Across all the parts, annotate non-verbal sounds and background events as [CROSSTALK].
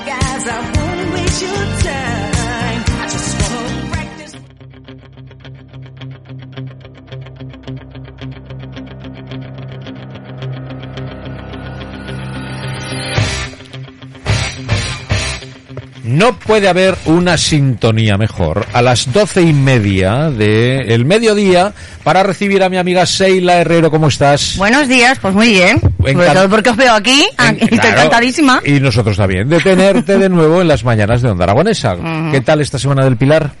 Cause I won't waste your time. I just wanna practice. No puede haber una sintonía mejor a las doce y media del el mediodía para recibir a mi amiga Seila Herrero. ¿Cómo estás? Buenos días, pues muy bien. Encan- Sobre todo porque os veo aquí ah, En- y estoy claro, [LAUGHS] encantadísima. Y nosotros también, de tenerte de nuevo en las mañanas de Onda Aragonesa. ¿Qué tal esta semana del Pilar?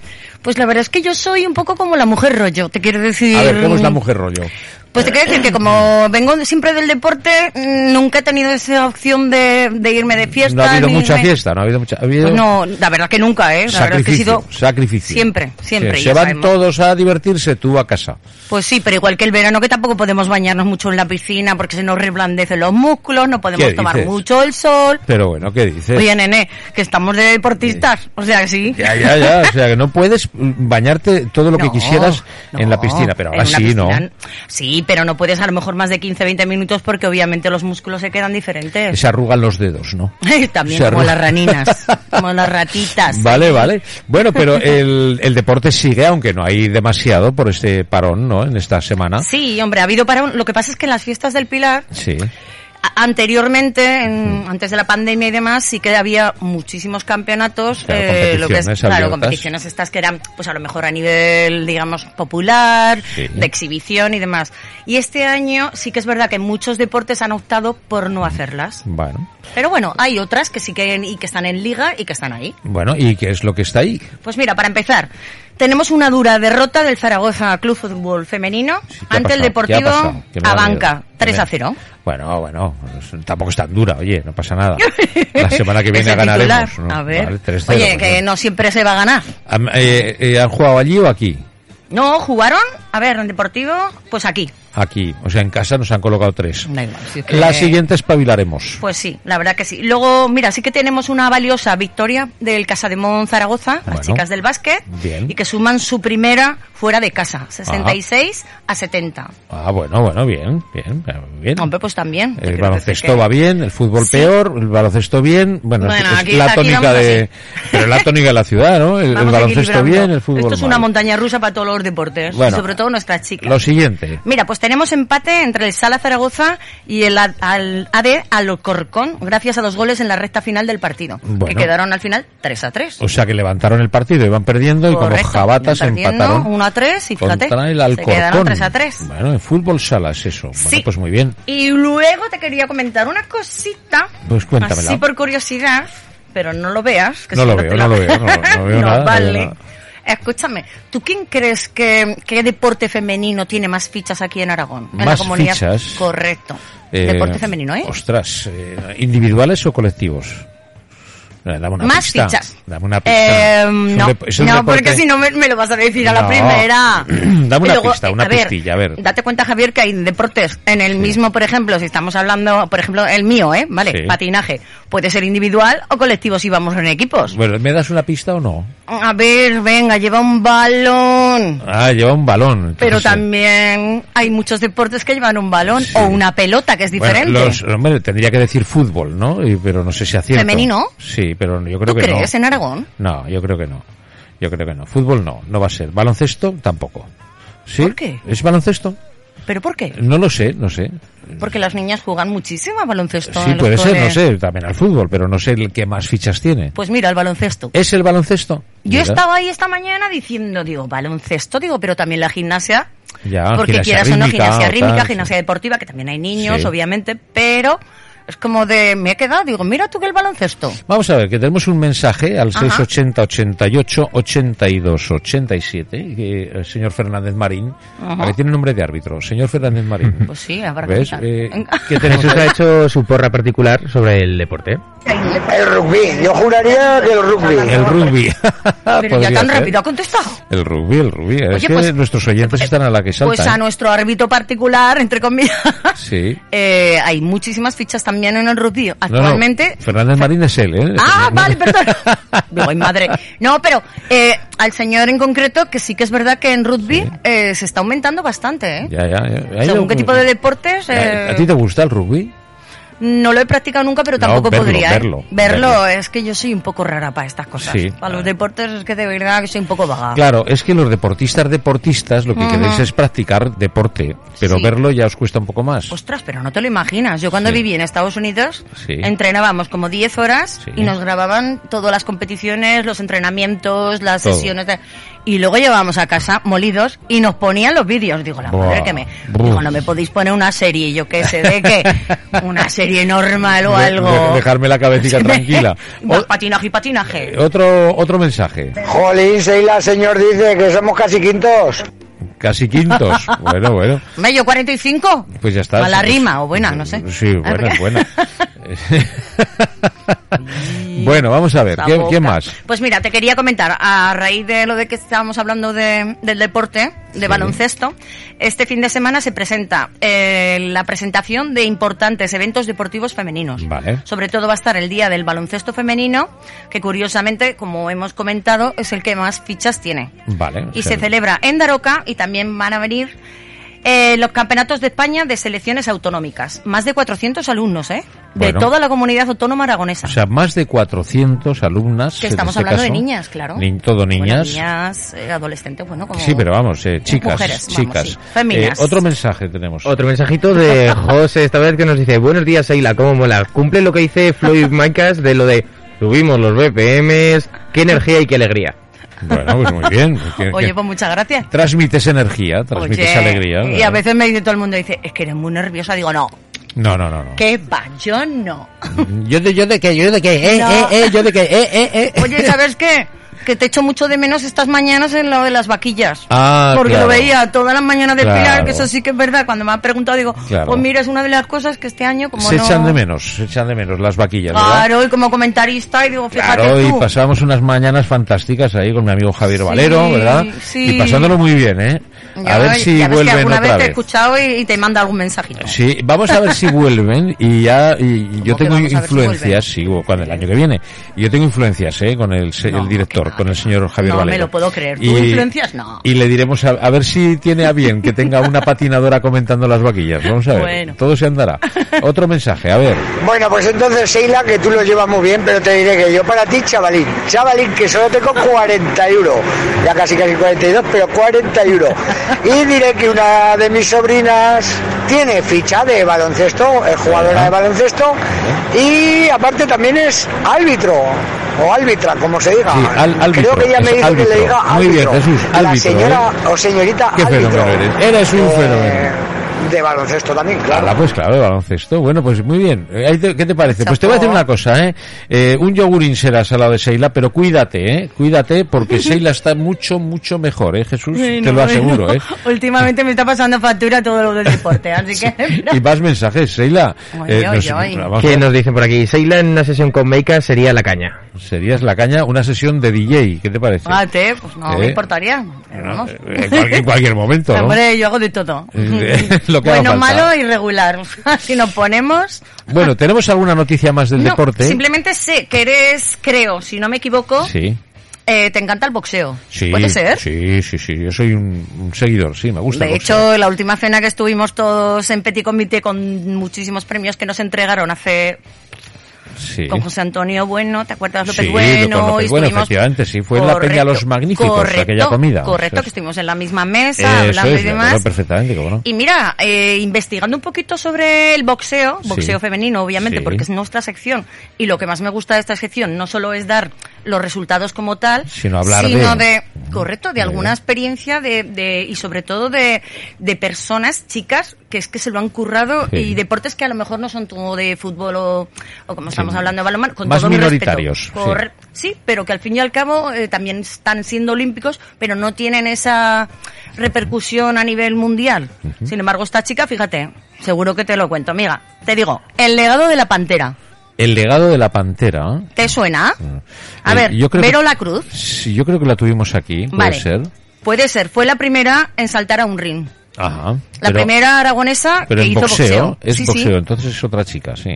Pues la verdad es que yo soy un poco como la mujer rollo, te quiero decir. A ver, ¿cómo es la mujer rollo? Pues te quiero decir que como vengo siempre del deporte, mm, nunca he tenido esa opción de, de irme de fiesta. No ha habido ni mucha irme- fiesta, no ha habido mucha... ha habido Pues no, la verdad que nunca, ¿eh? La verdad es que he sacrificio, sido... sacrificio. Siempre, siempre, Sí, ya se van sabemos. todos a divertirse, tú a casa. Pues sí, pero igual que el verano, que tampoco podemos bañarnos mucho en la piscina porque se nos reblandecen los músculos, no ¿Qué podemos tomar dices? mucho el sol. Pero bueno, ¿qué dices? Oye, nene, que estamos de deportistas, o sea, que sí. Ya, ya, ya. O sea, que no puedes mm, bañarte todo lo que No, quisieras en la no, piscina, pero en ahora una sí, ¿no? piscina- Sí, pero no puedes a lo mejor más de 15, 20 minutos porque obviamente los músculos se quedan diferentes. Se arrugan los dedos, [LAUGHS] ¿no? eh. También se como arru- las raninas, como las [LAUGHS] ratitas. Vale, vale. Bueno, pero el, el deporte sigue, aunque no hay demasiado por este parón, ¿no? En esta semana. Sí, hombre, ha habido para Lo que pasa es que en las fiestas del Pilar, Sí. a- anteriormente, en- antes de la pandemia y demás, sí que había muchísimos campeonatos. eh, Claro, lo que es, competiciones claro, abiertas. competiciones estas que eran, pues a lo mejor a nivel, digamos, popular, Sí. de exhibición y demás. Y este año sí que es verdad que muchos deportes han optado por no hacerlas. Bueno. Pero bueno, hay otras que sí que, y que están en liga y que están ahí. Bueno, ¿y qué es lo que está ahí? Pues mira, para empezar, tenemos una dura derrota del Zaragoza Club Fútbol Femenino ¿Qué ha ante el pasado? ¿Qué ha pasado? Deportivo Que me da Abanca, miedo. 3 a Que me- 0. Bueno, bueno, pues, tampoco es tan dura, oye, no pasa [LAUGHS] nada. La semana que viene Ese titular, ganaremos. ¿no? A ver. Vale, pues 3-0, Oye, bueno. que no siempre se va a ganar. Am- eh, eh, ¿Han jugado allí o aquí? No, jugaron, a ver, en Deportivo, pues aquí. Aquí. O sea, en casa nos han colocado tres. Da igual, si es que- La siguiente espabilaremos. Pues sí, la verdad que sí. Luego, mira, sí que tenemos una valiosa victoria del Casademón Zaragoza, Bueno. las chicas del básquet, Bien. y que suman su primera fuera de casa, 66 a 70. Ah, bueno, bueno, bien, bien, bien. Hombre, pues también. te El quiero baloncesto decir que- va bien, el fútbol Sí. peor, el baloncesto bien. Bueno, es- Bueno, es aquí- la aquí tónica vamos de. así. Pero la tónica de la ciudad, ¿no? El, el Vamos baloncesto equilibrando. bien, el fútbol Esto es mal. una montaña rusa para todos los deportes, Bueno, y sobre todo nuestras chicas. Lo siguiente. Mira, pues tenemos empate entre el Sala Zaragoza y el A- al AD Alcorcón, gracias a dos goles en la recta final del partido, que Bueno. Pues- quedaron al final 3 a 3. O sea que levantaron el partido, iban perdiendo y como Correcto, jabatas iban perdiendo empataron. 1 a 3 y fíjate, contra el se Alcorcón. quedaron 3 a 3. Bueno, en fútbol salas eso. Bueno, Sí. pues muy bien. Y luego te quería comentar una cosita, Pues cuéntamela. así por curiosidad, pero no lo veas. Que No si lo te veo, no lo veo, no [LAUGHS] lo- no veo nada, no vale. veo nada. Escúchame, ¿tú quién crees que qué deporte femenino tiene más fichas aquí en Aragón? En la Más comunidad. fichas. Correcto. Eh, deporte femenino, ¿eh? Ostras, eh, ¿individuales o colectivos? Eh, Dame una más pista. fichas. Dame una pista. Eh, Es un no, dep- es un no, deporte- porque si no me, me lo vas a decir a No. la primera. [CLEARS THROAT] Dame Y una pista, una ver, pistilla, a ver. Date cuenta, Javier, que hay deportes en el mismo, por ejemplo, si estamos hablando, por ejemplo, el mío, ¿eh? Vale, Sí. patinaje. Puede ser individual o colectivo si vamos en equipos. Bueno, ¿me das una pista o no? A ver, venga, lleva un balón. Ah, lleva un balón. Pero entonces, eh, también hay muchos deportes que llevan un balón o una pelota, que es bueno, diferente. los- hombre, tendría que decir fútbol, ¿no? Y- pero no sé si acierto. ¿Femenino? Sí, pero yo creo ¿Tú que crees no. en Aragón? No, yo creo que no. Yo creo que no. Fútbol no, no va a ser. Baloncesto tampoco. ¿Sí? ¿Por qué? ¿Es baloncesto? ¿Pero por qué? No lo sé, no sé. Porque las niñas juegan muchísimo a baloncesto. Sí, en los puede ser, no coles. sé. También al fútbol, pero no sé el que más fichas tiene. Pues mira, el baloncesto. ¿Es el baloncesto? Yo Eh, Mira. estaba ahí esta mañana diciendo, digo, baloncesto, digo, pero también la gimnasia. Ya, porque gimnasia quieras o no, rítmica gimnasia o rítmica, tal, gimnasia deportiva, que también hay niños, Sí. obviamente, pero es como de, me he quedado, digo, mira tú que el baloncesto. Vamos a ver, que tenemos un mensaje al Ajá. 680 88 82 87, que el señor Fernández Marín, Ajá. a que tiene nombre de árbitro, señor Fernández Marín. [LAUGHS] Pues sí, habrá que ¿Ves? mirar. Eh, que ¿Qué tenemos? ha hecho su porra particular sobre el deporte. El rugby, yo juraría que el rugby. El rugby. [LAUGHS] Pero ya Podría tan ser. rápido ha contestado. El rugby, el rugby. es Oye, que pues- nuestros oyentes están a la que saltan. Pues a nuestro árbitro particular, entre comillas. [LAUGHS] Sí. eh, hay muchísimas fichas también en el rugby. No, no, Actualmente, Fernández Marín es él, ¿eh? Ah, No, vale, perdón. Digo, [LAUGHS] ay, madre. No, pero eh, al señor en concreto, que sí que es verdad que en rugby eh, se está aumentando bastante, ¿eh? [LAUGHS] Ya, ya, ya. Hay Según algún- qué tipo de deportes... ¿A- eh, ¿A ti te gusta el rugby? No lo he practicado nunca, pero No, tampoco verlo, podría. ¿eh? verlo, verlo, verlo. es que yo soy un poco rara para estas cosas. Sí. Para los deportes es que de verdad que soy un poco vaga. Claro, es que los deportistas deportistas lo que queréis es practicar deporte, pero Sí. Pues, verlo ya os cuesta un poco más. Ostras, pero no te lo imaginas. Yo cuando Sí. viví en Estados Unidos Sí. entrenábamos como 10 horas Sí. y nos grababan todas las competiciones, los entrenamientos, las Todo. sesiones. de- Y luego llevábamos a casa molidos y nos ponían los vídeos. Digo, la Buah. madre que me... Buh. Digo, no me podéis poner una serie, yo qué sé, de [LAUGHS] qué. una serie normal o De- algo. de- dejarme la [LAUGHS] cabecita tranquila. Más O- patinaje y patinaje. Eh, Otro, otro mensaje. Jolín, Seila, señor dice que somos casi quintos. Casi [LAUGHS] quintos. Bueno, bueno. ¿Medio 45? Pues ya está. Mala Pues- rima o buena, no sé. [LAUGHS] Sí, Ah, buena, porque- buena. bueno, vamos a ver. Esa ¿Quién, boca. quién más? Pues mira, te quería comentar, a raíz de lo de que estábamos hablando de- del deporte, de baloncesto, este fin de semana se presenta eh, la presentación de importantes eventos deportivos femeninos. Vale. Sobre todo va a estar el Día del Baloncesto Femenino, que curiosamente, como hemos comentado, es el que más fichas tiene. Vale. Y o sea, se celebra en Daroca y también van a venir eh, los campeonatos de España de selecciones autonómicas. Más de 400 alumnos, ¿eh? Bueno. De toda la comunidad autónoma aragonesa. o sea, más de 400 alumnas. Que en estamos este hablando de caso. niñas, claro. Ni- todo Bueno, niñas. niñas, eh, adolescentes, bueno, como... Sí, pero vamos, eh, chicas, Mujeres, vamos, chicas. sí. Féminas. Eh, otro mensaje tenemos. Otro mensajito de José esta vez que nos dice, buenos días Seila, ¿cómo mola? Cumple lo que dice Floyd Micas de lo de subimos los BPMs, qué energía y qué alegría. Bueno, pues muy [LAUGHS] bien. Pues que- Oye, que- pues muchas gracias. Transmites energía, transmites Oye, alegría. Y ¿verdad? a veces me dice todo el mundo, dice, es que eres muy nerviosa. Digo, no, No, no, no. no. ¿qué va? Yo no. [LAUGHS] Yo de, yo de qué, yo de qué, eh, No. eh, eh, yo de qué, eh, eh, eh. Oye, ¿sabes qué? Que te echo mucho de menos estas mañanas en lo de las vaquillas. Ah, Porque claro. lo veía todas las mañanas de Claro. Pilar, que eso sí que es verdad. Cuando me han preguntado, digo, Claro. pues mira, es una de las cosas que este año como se no... echan de menos, se echan de menos las vaquillas, ¿verdad? Claro, y como comentarista, y digo, fíjate Claro, y tú. pasamos unas mañanas fantásticas ahí con mi amigo Javier Sí, Valero, ¿verdad? sí. Y pasándolo muy bien, ¿eh? Ya, a ver y si ya ves que vuelven alguna otra vez, te he vez. escuchado y, y te manda algún mensajito. Sí, vamos a ver si vuelven y ya y yo que tengo vamos a ver si influencias, sí, o con el año que viene. Yo tengo influencias, eh, con el, se- No, el director, que no, con el que no. señor Javier No me Valero. lo puedo creer. ¿Tú influencias? No. Y le diremos a, a ver si tiene a bien que tenga una patinadora comentando las vaquillas. Vamos a ver. Bueno. Todo se andará. Otro mensaje, a ver. Bueno, pues entonces, Seila, que tú lo llevas muy bien, pero te diré que yo para ti, chavalín, chavalín, que solo tengo 40 euros, ya casi casi 42, pero 40 euros. Y diré que una de mis sobrinas tiene ficha de baloncesto, es jugadora de baloncesto, y aparte también es árbitro, o árbitra, como se diga. Sí, al- árbitro, Creo que ella me es dijo que árbitro. le diga Muy bien, árbitro. Jesús, La árbitro, ¿eh? señora o señorita Qué árbitro. fenómeno eres. Eres un Eh, fenómeno. De baloncesto también, claro. Hala, pues claro, el baloncesto. Bueno, pues muy bien. Eh, ahí te- ¿Qué te parece? Pues te voy a decir Chapó. una cosa, ¿eh? Eh, un yogurín será salado de Seila, pero cuídate, ¿eh? Cuídate, porque Seila está mucho, mucho mejor, ¿eh, Jesús? te Bueno, lo aseguro, bueno, ¿eh? [LAUGHS] Últimamente me está pasando factura todo lo del deporte, [LAUGHS] así que... Y más mensajes, Seila. Oye, Eh, nos- oye, oye. vamos, ¿Qué nos dicen por aquí? Seila en una sesión con Micas sería la caña. Serías la caña una sesión de DJ, ¿qué te parece? [LAUGHS] Fíjate, pues no ¿Eh? me importaría. pero No, vamos. eh, en, cualquier, en cualquier momento, ¿no? Hombre, yo hago de todo. Eh, [LAUGHS] lo que haga bueno, falta. malo y regular. [LAUGHS] si nos ponemos... Bueno, ¿tenemos alguna noticia más del No, deporte? simplemente sé que eres, creo, si no me equivoco, Sí. eh, te encanta el boxeo. Sí, ¿Puede ser? Sí, sí, sí. Yo soy un, un seguidor, sí, me gusta. De el boxeo. hecho, la última cena que estuvimos todos en Petit Comité con muchísimos premios que nos entregaron hace Sí. con José Antonio Bueno, ¿te acuerdas López Sí, Bueno? con López y Bueno, estuvimos- efectivamente, sí, fue en la Peña Los Magníficos, aquella comida. Correcto, Eso es. que estuvimos en la misma mesa Eso hablando es, y me acuerdo demás. perfectamente, cómo no. Y mira, eh, investigando un poquito sobre el boxeo, Sí. boxeo femenino, obviamente, Sí. porque es nuestra sección. Y lo que más me gusta de esta sección no solo es dar los resultados como tal, Sino hablar sino de- de, correcto, de Muy alguna bien. experiencia de, de- y sobre todo de, de personas, chicas, que es que se lo han currado Sí. y deportes que a lo mejor no son todo de fútbol o, o como estamos hablando de balonmano, con Más todo mi respeto. minoritarios, sí. Corre- sí, pero que al fin y al cabo eh, también están siendo olímpicos, pero no tienen esa repercusión a nivel mundial. Sin embargo, esta chica, fíjate, seguro que te lo cuento, amiga. Te digo, el legado de la pantera. El legado de la pantera. ¿eh? ¿Te suena? A Eh, ver, yo creo que- Vero La Cruz. Sí, yo creo que la tuvimos aquí, puede Vale. ser. Puede ser. Fue la primera en saltar a un ring. Ajá. La pero- primera aragonesa Pero que en hizo boxeo, boxeo. es Sí, sí. boxeo, entonces es otra chica, sí.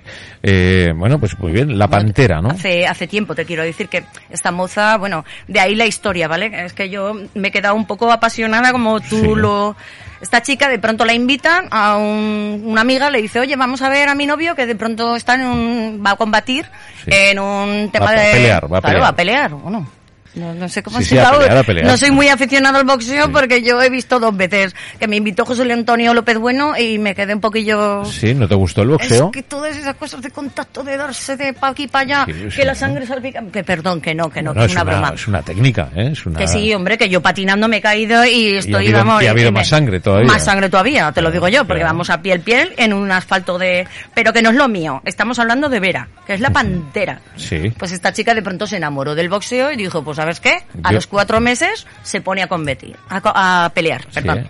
Eh, bueno, pues muy bien, la pantera, ¿no? Hace, hace tiempo, te quiero decir que esta moza, bueno, de ahí la historia, ¿vale? Es que yo me he quedado un poco apasionada como tú Sí. lo... Esta chica de pronto la invitan a un- una amiga, le dice, oye, vamos a ver a mi novio que de pronto está en un, va a combatir Sí. en un tema Va a de... pelear, va a Claro, pelear. va a pelear, ¿o no? No, no sé cómo Sí, se sí, a llama. pelear, a pelear. No soy muy aficionado al boxeo Sí. porque yo he visto dos veces que me invitó José Antonio López Bueno y me quedé un poquillo... Sí, ¿no te gustó el boxeo? Es que todas esas cosas de contacto, de darse de pa' aquí para allá, Sí, sí, que la sí. sangre salpica. Que perdón, que no, que no, Bueno, que es una, broma. es una técnica, ¿eh? Es una... Que sí, hombre, que yo patinando me he caído y estoy, habido- vamos, y ha habido que me- más sangre todavía. Más sangre todavía, te lo digo yo, porque Claro. vamos a piel piel en un asfalto de. Pero que no es lo mío. Estamos hablando de Vera, que es la pantera. Sí. Pues esta chica de pronto se enamoró del boxeo y dijo, pues ¿sabes qué? A Yo- los cuatro meses se pone a competir, a, co- a pelear, Sí, perdón. ¿eh?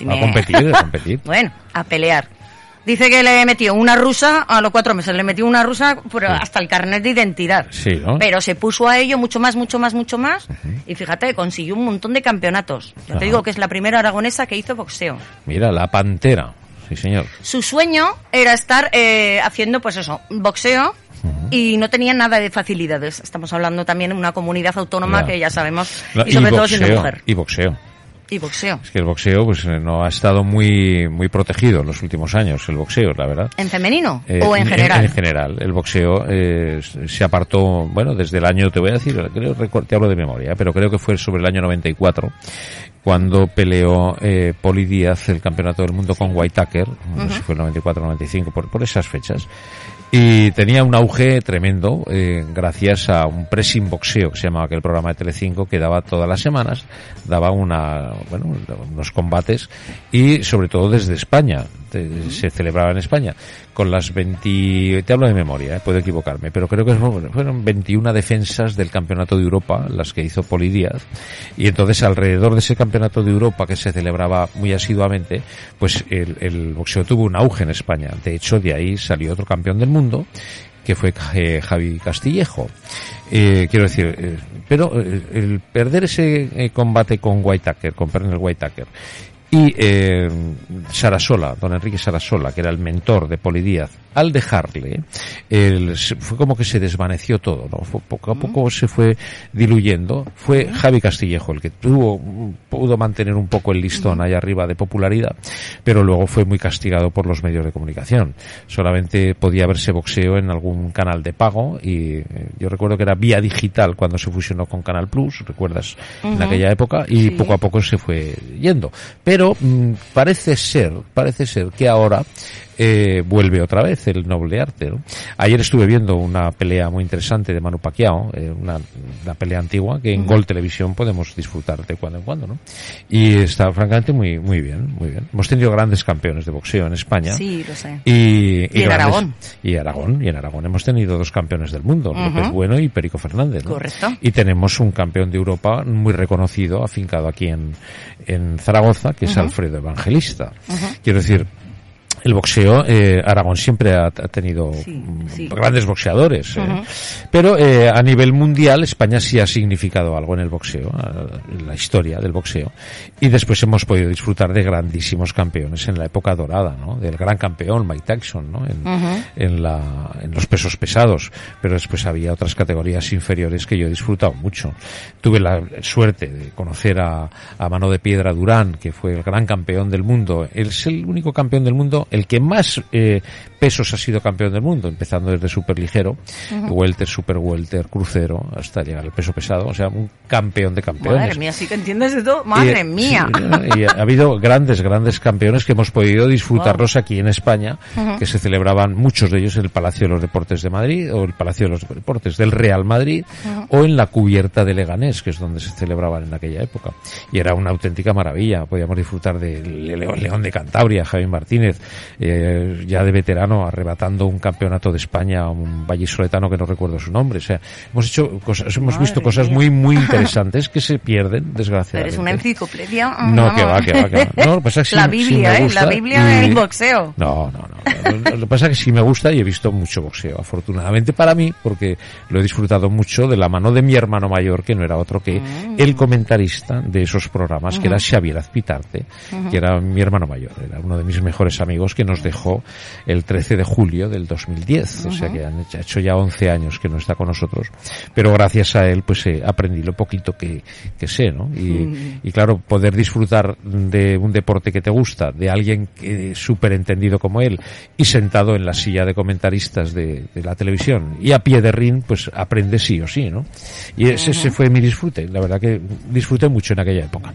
A competir, a competir. bueno, a pelear. Dice que le metió una rusa a los cuatro meses, le metió una rusa pero Sí. hasta el carnet de identidad. Sí, ¿no? Pero se puso a ello mucho más, mucho más, mucho más. Y fíjate, consiguió un montón de campeonatos. Yo Ajá. te digo que es la primera aragonesa que hizo boxeo. Mira, la pantera, sí señor. Su sueño era estar eh, haciendo, pues eso, boxeo y no tenía nada de facilidades. Estamos hablando también de una comunidad autónoma Ya. que ya sabemos, La- y sobre todo boxeo, siendo mujer. Y boxeo. Y boxeo. Es que el boxeo pues eh, no ha estado muy muy protegido en los últimos años, el boxeo, la verdad. ¿En femenino Eh, o en general? En, general, el boxeo eh, s- se apartó, bueno, desde el año, te voy a decir, creo, recu- te hablo de memoria, pero creo que fue sobre el año 94, cuando peleó eh, Poli Díaz el campeonato del mundo con Whitaker, no sé si fue el 94 o 95, por, por esas fechas. Y tenía un auge tremendo eh, gracias a un pressing boxeo que se llamaba aquel programa de Telecinco que daba todas las semanas, daba una, bueno, unos combates y sobre todo desde España, te- se celebraba en España con las 20, te hablo de memoria, eh, puedo equivocarme, pero creo que fueron 21 defensas del Campeonato de Europa las que hizo Poli Díaz y entonces alrededor de ese Campeonato de Europa que se celebraba muy asiduamente, pues el, el boxeo tuvo un auge en España. De hecho, de ahí salió otro campeón del mundo que fue eh, Javi Castillejo. Eh, quiero decir, eh, pero eh, el perder ese eh, combate con Whitaker, con Pernell Whitaker, y eh, Sarasola, don Enrique Sarasola, que era el mentor de Poli Díaz, al dejarle, el- se- fue como que se desvaneció todo, ¿no? Fue- poco a poco se fue diluyendo. Fue Javi Castillejo el que tuvo, pudo mantener un poco el listón ahí arriba de popularidad, pero luego fue muy castigado por los medios de comunicación. Solamente podía verse boxeo en algún canal de pago y eh, yo recuerdo que era Vía Digital cuando se fusionó con Canal Plus, ¿recuerdas? En aquella época y poco a poco se fue yendo. Pero mm, parece ser, parece ser que ahora eh, vuelve otra vez el noble arte. ¿no? Ayer estuve viendo una pelea muy interesante de Manu Pacquiao, eh, una, una pelea antigua que en Gol Televisión podemos disfrutar de cuando en cuando, ¿no? Y está francamente muy muy bien, muy bien. Hemos tenido grandes campeones de boxeo en España. Sí, lo sé. Y, Y en Aragón. Y Aragón, y en Aragón hemos tenido dos campeones del mundo, López Bueno y Perico Fernández. ¿no? Correcto. Y tenemos un campeón de Europa muy reconocido, afincado aquí en, en Zaragoza, que es Alfredo Evangelista. Quiero decir, el boxeo, eh, Aragón siempre ha, ha tenido Sí, mm, sí. grandes boxeadores, eh. pero eh, a nivel mundial España sí ha significado algo en el boxeo, a- en la historia del boxeo, y después hemos podido disfrutar de grandísimos campeones en la época dorada, ¿no? del gran campeón Mike Tyson ¿no? en, en la, en los pesos pesados, pero después había otras categorías inferiores que yo he disfrutado mucho. Tuve la suerte de conocer a, a Mano de Piedra Durán, que fue el gran campeón del mundo. Él es el único campeón del mundo, el que más eh, pesos ha sido campeón del mundo, empezando desde superligero, welter, super welter, crucero, hasta llegar al peso pesado. O sea, un campeón de campeones. Madre mía, sí que entiendes de todo. Madre Y, eh, mía. sí, ¿no? y ha habido grandes, grandes campeones que hemos podido disfrutarlos aquí en España, que se celebraban muchos de ellos en el Palacio de los Deportes de Madrid, o el Palacio de los Deportes del Real Madrid, o en la cubierta de Leganés, que es donde se celebraban en aquella época. Y era una auténtica maravilla. Podíamos disfrutar de Le- León de Cantabria, Javi Martínez, eh, ya de veterano arrebatando un campeonato de España a un vallisoletano que no recuerdo su nombre. O sea, hemos hecho cosas, hemos Madre visto cosas mía. muy, [LAUGHS] muy interesantes que se pierden, desgraciadamente. Eres una enciclopedia. No, que va, que va, [LAUGHS] que va. No, lo que pasa es que Ah, La sí- sí Biblia, me ¿eh? gusta La Biblia y- del boxeo. No, no, no. Lo- Lo que pasa es que sí me gusta y he visto mucho boxeo, afortunadamente para mí, porque lo he disfrutado mucho de la mano de mi hermano mayor, que no era otro que Mm. el comentarista de esos programas, que era Xavier Azpitarte, que era mi hermano mayor, era uno de mis mejores amigos que nos dejó el 13 de julio del 2010, o sea que han hecho- ha hecho ya 11 años que no está con nosotros, pero gracias a él pues eh, aprendí lo poquito que, que sé, ¿no? Y, Mm. y claro, poder disfrutar de un deporte que te gusta, de alguien que súper entendido como él y sentado en la silla de comentaristas de, de la televisión y a pie de ring, pues aprende sí o sí, ¿no? Y ese, ese fue mi disfrute, la verdad que disfruté mucho en aquella época.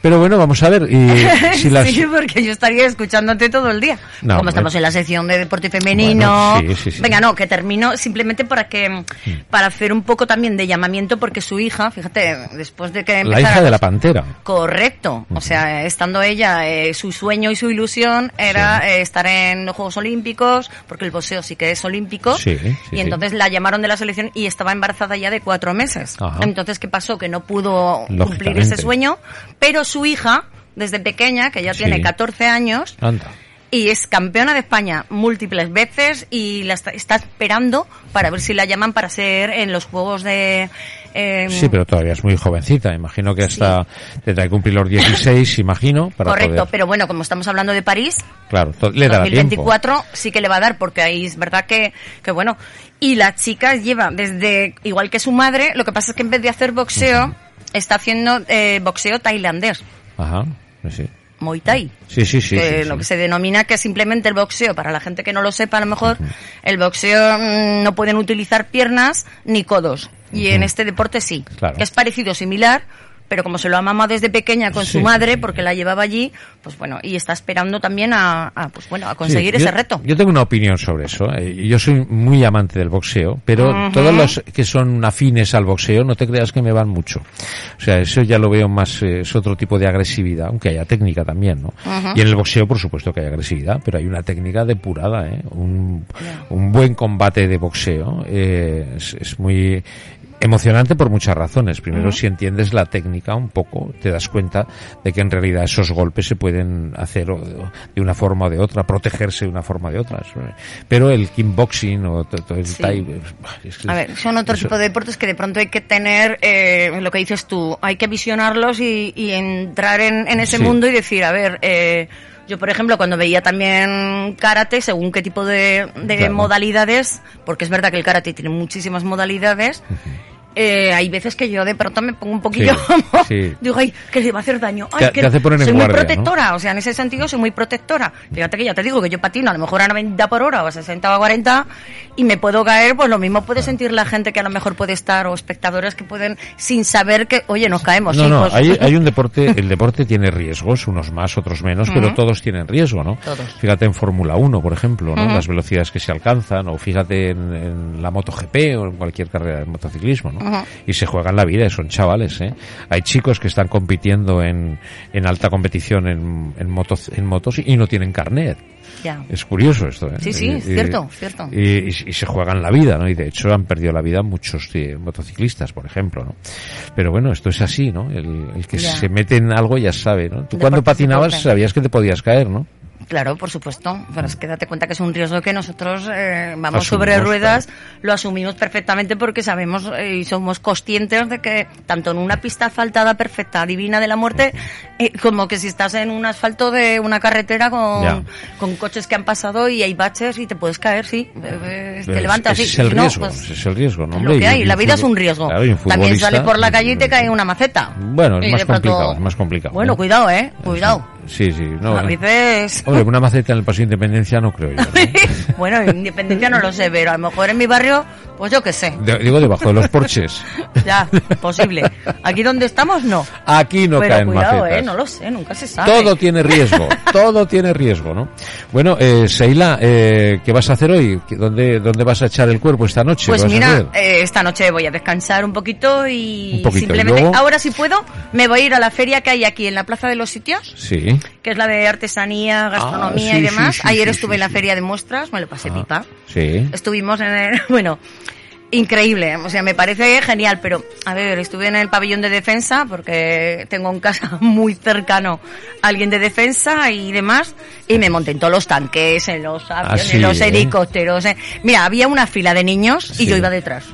Pero bueno, vamos a ver, [LAUGHS] y si las... Sí, porque yo estaría escuchándote todo el día. No, Como estamos bueno. en la sección de deporte femenino. Bueno, sí, sí, Mm. sí. Venga, no, que termino simplemente para que para hacer un poco también de llamamiento porque su hija, fíjate, después de que La empezara hija de la pantera. Correcto, o sea, estando ella, eh, su sueño y su ilusión era eh, estar en los Juegos Olímpicos, porque el boxeo sí que es olímpico, Sí, sí, y sí. entonces la llamaron de la selección y estaba embarazada ya de cuatro meses. Ajá. Entonces, ¿qué pasó? Que no pudo cumplir Lógicamente. ese sueño, pero su hija, desde pequeña, que ya Sí. tiene 14 años, Anda. y es campeona de España múltiples veces y la está, está esperando para ver si la llaman para ser en los Juegos de... eh, Sí, pero todavía es muy jovencita. Imagino que hasta tendrá que cumplir los 16, imagino. Para Correcto, poder- pero bueno, como estamos hablando de París, Claro, to- le dará tiempo. 2024 sí que le va a dar, porque ahí es verdad que, que bueno. Y la chica lleva desde, igual que su madre, lo que pasa es que en vez de hacer boxeo, está haciendo eh, boxeo tailandés, Ajá, sí, sí. Muay Thai. Sí, sí, sí. que sí, lo sí. que se denomina que es simplemente el boxeo, para la gente que no lo sepa, a lo mejor el boxeo mm, no pueden utilizar piernas ni codos. Y en este deporte sí. Claro. Es parecido, similar, pero como se lo ha mamado desde pequeña con Sí, su madre, sí. porque la llevaba allí, pues bueno, y está esperando también a, a, pues bueno, a conseguir Sí, ese yo- reto. Yo tengo una opinión sobre eso. Eh, Yo soy muy amante del boxeo, pero todos los que son afines al boxeo, no te creas que me van mucho. O sea, eso ya lo veo más, eh, es otro tipo de agresividad, aunque haya técnica también, ¿no? Y en el boxeo, por supuesto que hay agresividad, pero hay una técnica depurada, ¿eh? Un, un buen combate de boxeo eh, es, es muy emocionante por muchas razones. Primero, si entiendes la técnica un poco, te das cuenta de que en realidad esos golpes se pueden hacer o- o de una forma o de otra, protegerse de una forma o de otra. Eso, eh. Pero el kickboxing o to- todo el Sí. tai- eh, es que- A ver, son otro eso- tipo de deportes que de pronto hay que tener, eh, lo que dices tú, hay que visionarlos y, y entrar en, en ese Sí. mundo y decir, a ver, eh, yo por ejemplo cuando veía también karate, según qué tipo de, de Claro. modalidades, porque es verdad que el karate tiene muchísimas modalidades, eh, hay veces que yo de pronto me pongo un poquillo, Sí, [LAUGHS] como, sí. digo, ay, que le va a hacer daño, ay, Te- que te hace poner en soy muy guardia, ¿no? protectora, o sea, en ese sentido soy muy protectora. Fíjate que ya te digo que yo patino a lo mejor a 90 por hora o a 60 o a 40 y me puedo caer, pues lo mismo puede sentir la gente que a lo mejor puede estar o espectadores que pueden sin saber que, oye, nos caemos, No, no, hijos. hay, hay un deporte, el deporte tiene riesgos, unos más, otros menos, pero todos tienen riesgo, ¿no? Todos. Fíjate en Fórmula 1, por ejemplo, ¿no? Las velocidades que se alcanzan, o fíjate en, en la MotoGP o en cualquier carrera de motociclismo, ¿no? Y se juegan la vida, y son chavales, ¿eh? Hay chicos que están compitiendo en, en alta competición en, en, motos, en motos y no tienen carnet. Ya. Es curioso esto, ¿eh? Sí, sí, Y- es y- cierto, es cierto. Y, y- y se juegan la vida, ¿no? Y de hecho han perdido la vida muchos eh, motociclistas, por ejemplo, ¿no? Pero bueno, esto es así, ¿no? El, el que Ya. se mete en algo ya sabe, ¿no? Tú Deporte cuando es patinabas deporte. sabías que te podías caer, ¿no? Claro, por supuesto, pero es que date cuenta que es un riesgo que nosotros eh, vamos Asumimos, sobre ruedas, lo asumimos perfectamente porque sabemos eh, y somos conscientes de que tanto en una pista asfaltada perfecta, divina de la muerte, eh, como que si estás en un asfalto de una carretera Ya. con, con coches que han pasado y hay baches y te puedes caer, sí, eh, eh, Pero te levantas, ese sí, es el y no, riesgo, pues, ese es el riesgo, ¿no? es Hombre, lo que y- hay, y la un vida es futbol- un riesgo. Claro, y un También futbolista- sales por la calle y te [LAUGHS] cae una maceta. Bueno, es Y más de pronto- complicado, es más complicado, Bueno, ¿no? cuidado, eh, cuidado. Sí, sí, no. A veces... Hombre, una [LAUGHS] maceta en el Paseo Independencia no creo yo. ¿no? bueno, en Independencia no lo sé, pero a lo mejor en mi barrio Pues yo qué sé. De- digo, debajo de los porches. Ya, posible. Aquí donde estamos, no. Aquí no Pero caen cuidado, macetas. eh, no lo sé, nunca se sabe. Todo tiene riesgo, todo tiene riesgo, ¿no? Bueno, eh, Seila, eh, ¿qué vas a hacer hoy? ¿Qué- ¿Dónde, ¿Dónde vas a echar el cuerpo esta noche? Pues ¿Vas a mira, hacer? eh, esta noche voy a descansar un poquito y Un poquito, y simplemente luego- ahora si puedo me voy a ir a la feria que hay aquí en la Plaza de los Sitios, sí. que es la de artesanía, gastronomía Ah, sí, y sí, demás. sí, Ayer sí, estuve sí, en la sí. feria de muestras, me lo pasé Ah, pipa. Sí. Estuvimos en el, [LAUGHS] bueno, increíble, o sea, me parece genial, pero a ver, estuve en el pabellón de defensa porque tengo en casa [LAUGHS] muy cercano a alguien de defensa y demás y me monté en todos los tanques, en los aviones, sí, en los ¿eh? helicópteros. eh. Mira, había una fila de niños Sí. y yo iba detrás.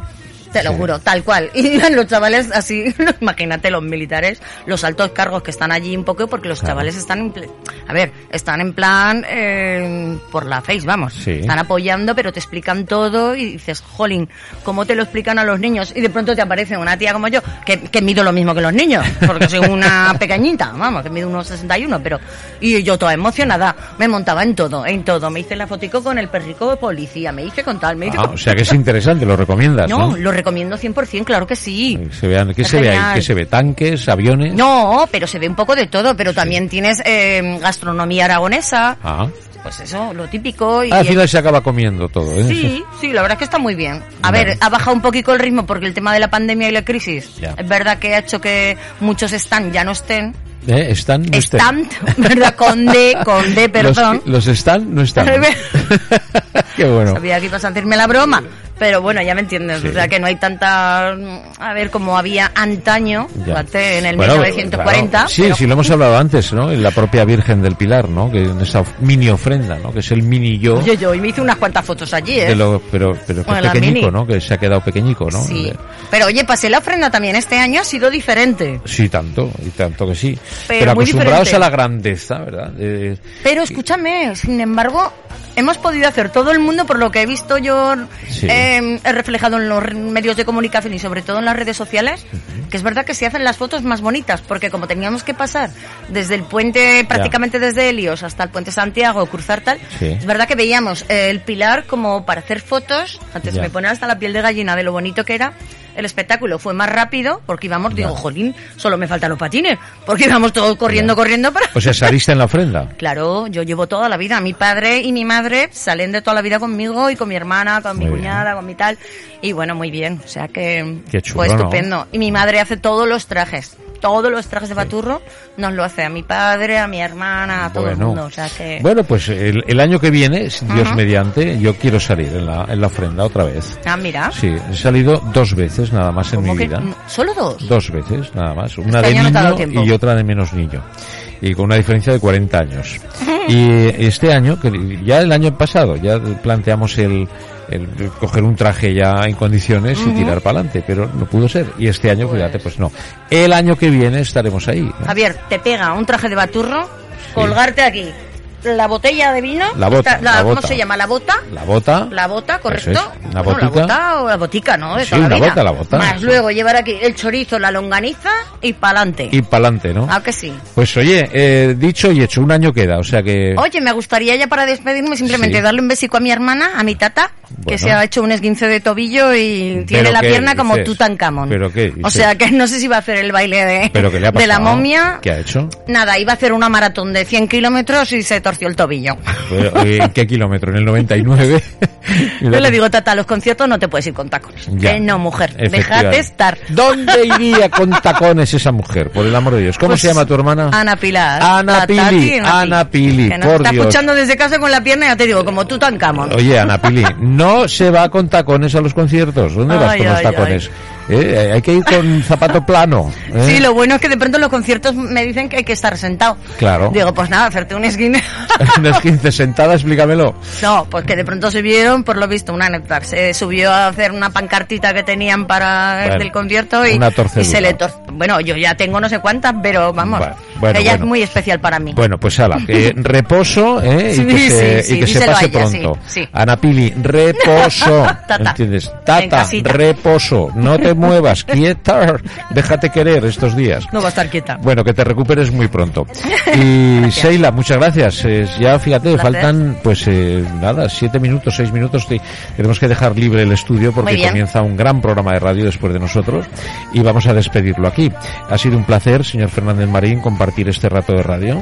Te lo Sí. juro, tal cual. [LAUGHS] Y iban los chavales así, [LAUGHS] imagínate los militares, los altos cargos que están allí un poco, porque los Claro. chavales están, en ple- a ver, están en plan eh, por la face, vamos. Sí. Están apoyando, pero te explican todo y dices, jolín, ¿cómo te lo explican a los niños? Y de pronto te aparece una tía como yo, que, que mido lo mismo que los niños, porque soy [LAUGHS] una pequeñita, vamos, que mido unos 61, pero... Y yo toda emocionada, me montaba en todo, en todo. Me hice la fotico con el perrico de policía, me hice con tal, me hice Ah, con... o sea que es interesante, lo recomiendas, ¿no? No, lo recomiendo 100%, claro que sí. Que se vean, ¿Qué Es se ve ahí? genial. ¿Qué se ve? ¿Tanques? ¿Aviones? No, pero se ve un poco de todo, pero también tienes eh, gastronomía aragonesa, Ah, pues eso, lo típico. Y Ah, al final se acaba comiendo todo, ¿eh? eh. [LAUGHS] Sí, sí, la verdad es que está muy bien. A Vale. ver, ha bajado un poquito el ritmo porque el tema de la pandemia y la crisis, Ya. es verdad que ha hecho que muchos están, ya no estén. ¿Eh? ¿Están? No están. Stand, [LAUGHS] ¿verdad? Con D, con [LAUGHS] D, Los- perdón. Los, están, no [LAUGHS] están. [LAUGHS] Qué bueno. Sabía que ibas a hacerme la broma, pero bueno, ya me entiendes. Sí. O sea, que no hay tanta. mm, A ver, como había antaño, Ya. fíjate, en el Bueno, 1940. claro. Sí, pero- sí, lo hemos hablado antes, ¿no? En la propia Virgen del Pilar, ¿no? Que en esa mini ofrenda, ¿no? Que es el mini yo. Oye, yo y me hice unas cuantas fotos allí, ¿eh? de lo, pero pero que Bueno, es la pequeñico, mini. ¿no? Que se ha quedado pequeñico, ¿no? Sí. Eh, Pero oye, pasé la ofrenda también. Este año ha sido diferente. Sí, tanto, y tanto que sí. Pero, Pero muy acostumbrados diferente. a la grandeza, ¿verdad? Eh, Pero escúchame, sin embargo, hemos podido hacer todo el mundo, por lo que he visto yo Sí. eh, he reflejado en los medios de comunicación y sobre todo en las redes sociales, que es verdad que se hacen las fotos más bonitas, porque como teníamos que pasar desde el puente, prácticamente desde Helios hasta el puente Santiago, cruzar tal, Sí. es verdad que veíamos eh, el pilar como para hacer fotos, antes Ya. me pone hasta la piel de gallina de lo bonito que era. El espectáculo fue más rápido porque íbamos, digo, jolín, solo me faltan los patines, porque íbamos todos corriendo, Ya. Pues corriendo para o sea, saliste en la ofrenda. Claro, yo llevo toda la vida. Mi padre y mi madre salen de toda la vida conmigo y con mi hermana, con mi Muy cuñada, con mi tal. Y bueno, muy bien. O sea que Qué chulo, fue ¿no? estupendo. Y mi madre hace todos los trajes. Todos los trajes de Baturro nos lo hace a mi padre, a mi hermana, a todo el mundo. O sea que... bueno, pues el, el año que viene, Dios Ajá. mediante, yo quiero salir en la, en la ofrenda otra vez. Ah, mira. Sí, he salido dos veces nada más en ¿Cómo mi que- vida. ¿Solo dos? Pues Dos veces, nada más. Una año no te ha dado de niño tiempo. y otra de menos niño. Y con una diferencia de 40 [LAUGHS] años. Y este año, que ya el año pasado, ya planteamos el, el coger un traje ya en condiciones y tirar para adelante, pero no pudo ser. Y este año, fíjate, pues no. El año que viene estaremos ahí. ¿no? Javier, te pega un traje de Baturro, colgarte aquí la botella de vino. La bota, esta- la bota. ¿Cómo se llama? La bota. La bota. La bota, correcto. Eso es, una Bueno, botica. la bota o la botica, ¿no? De Sí, toda la una vida. bota, la bota, Más sí. luego llevar aquí el chorizo, la longaniza y pa'lante. Y para adelante, ¿no? Ah, que sí. Pues oye, eh, dicho y hecho, un año queda, o sea que... Oye, me gustaría ya para despedirme simplemente Sí. darle un besico a mi hermana, a mi tata, Bueno. que se ha hecho un esguince de tobillo y ¿Pero tiene la qué pierna como dices? Tutankamón. ¿Pero qué O dices? sea que no sé si va a hacer el baile de, ¿Pero qué le ha de pasado? la momia. ¿Qué ha hecho? Nada, iba a hacer una maratón de 100 kilómetros y se torció el tobillo. Pero, Pues, oye, ¿En qué kilómetro? ¿En el 99? [LAUGHS] Yo le digo, tata, a los conciertos no te puedes ir con tacones. Ya. Eh, no, mujer, Efectivamente. déjate estar. ¿Dónde iría con tacones esa mujer? Por el amor de Dios. ¿Cómo Pues, se llama tu hermana? Ana Pilar. Ana La Pili, Tati, Ana Pili, Que nos por está Dios. Eh. escuchando desde casa con la pierna, ya te digo, como tú tan camón. Oye, Ana Pili, no se va con tacones a los conciertos. ¿Dónde vas Ay, con los ay, tacones? Eh, hay que ir con zapato plano. ¿eh? Sí, lo bueno es que de pronto en los conciertos me dicen que hay que estar sentado. Claro. Digo, pues nada, hacerte un esquina. [LAUGHS] Unas 15 sentadas, explícamelo. [LAUGHS] no, pues que de pronto subieron, por lo visto, una anécdota. Se subió a hacer una pancartita que tenían para Bueno, el del concierto y, una torcedura. y se le torció. Bueno, yo ya tengo no sé cuántas, pero vamos. Bueno, Bueno, ella bueno. es muy especial para mí. Bueno, pues ala, que reposo ¿eh? Sí, y que se, sí, y que sí, se díselo a pase ella, pronto. sí, sí. Ana Pili, reposo. [LAUGHS] Tata. ¿Entiendes? En Tata, casita. reposo. No te muevas, quieta. Déjate querer estos días. No va a estar quieta. Bueno, que te recuperes muy [LAUGHS] pronto. Y Sheila, muchas gracias. Eh, ya fíjate, placer. faltan pues eh, nada, siete minutos, seis minutos. Te- tenemos que dejar libre el estudio Muy porque bien. comienza un gran programa de radio después de nosotros y vamos a despedirlo aquí. Ha sido un placer, señor Fernández Marín, compartir este rato de radio.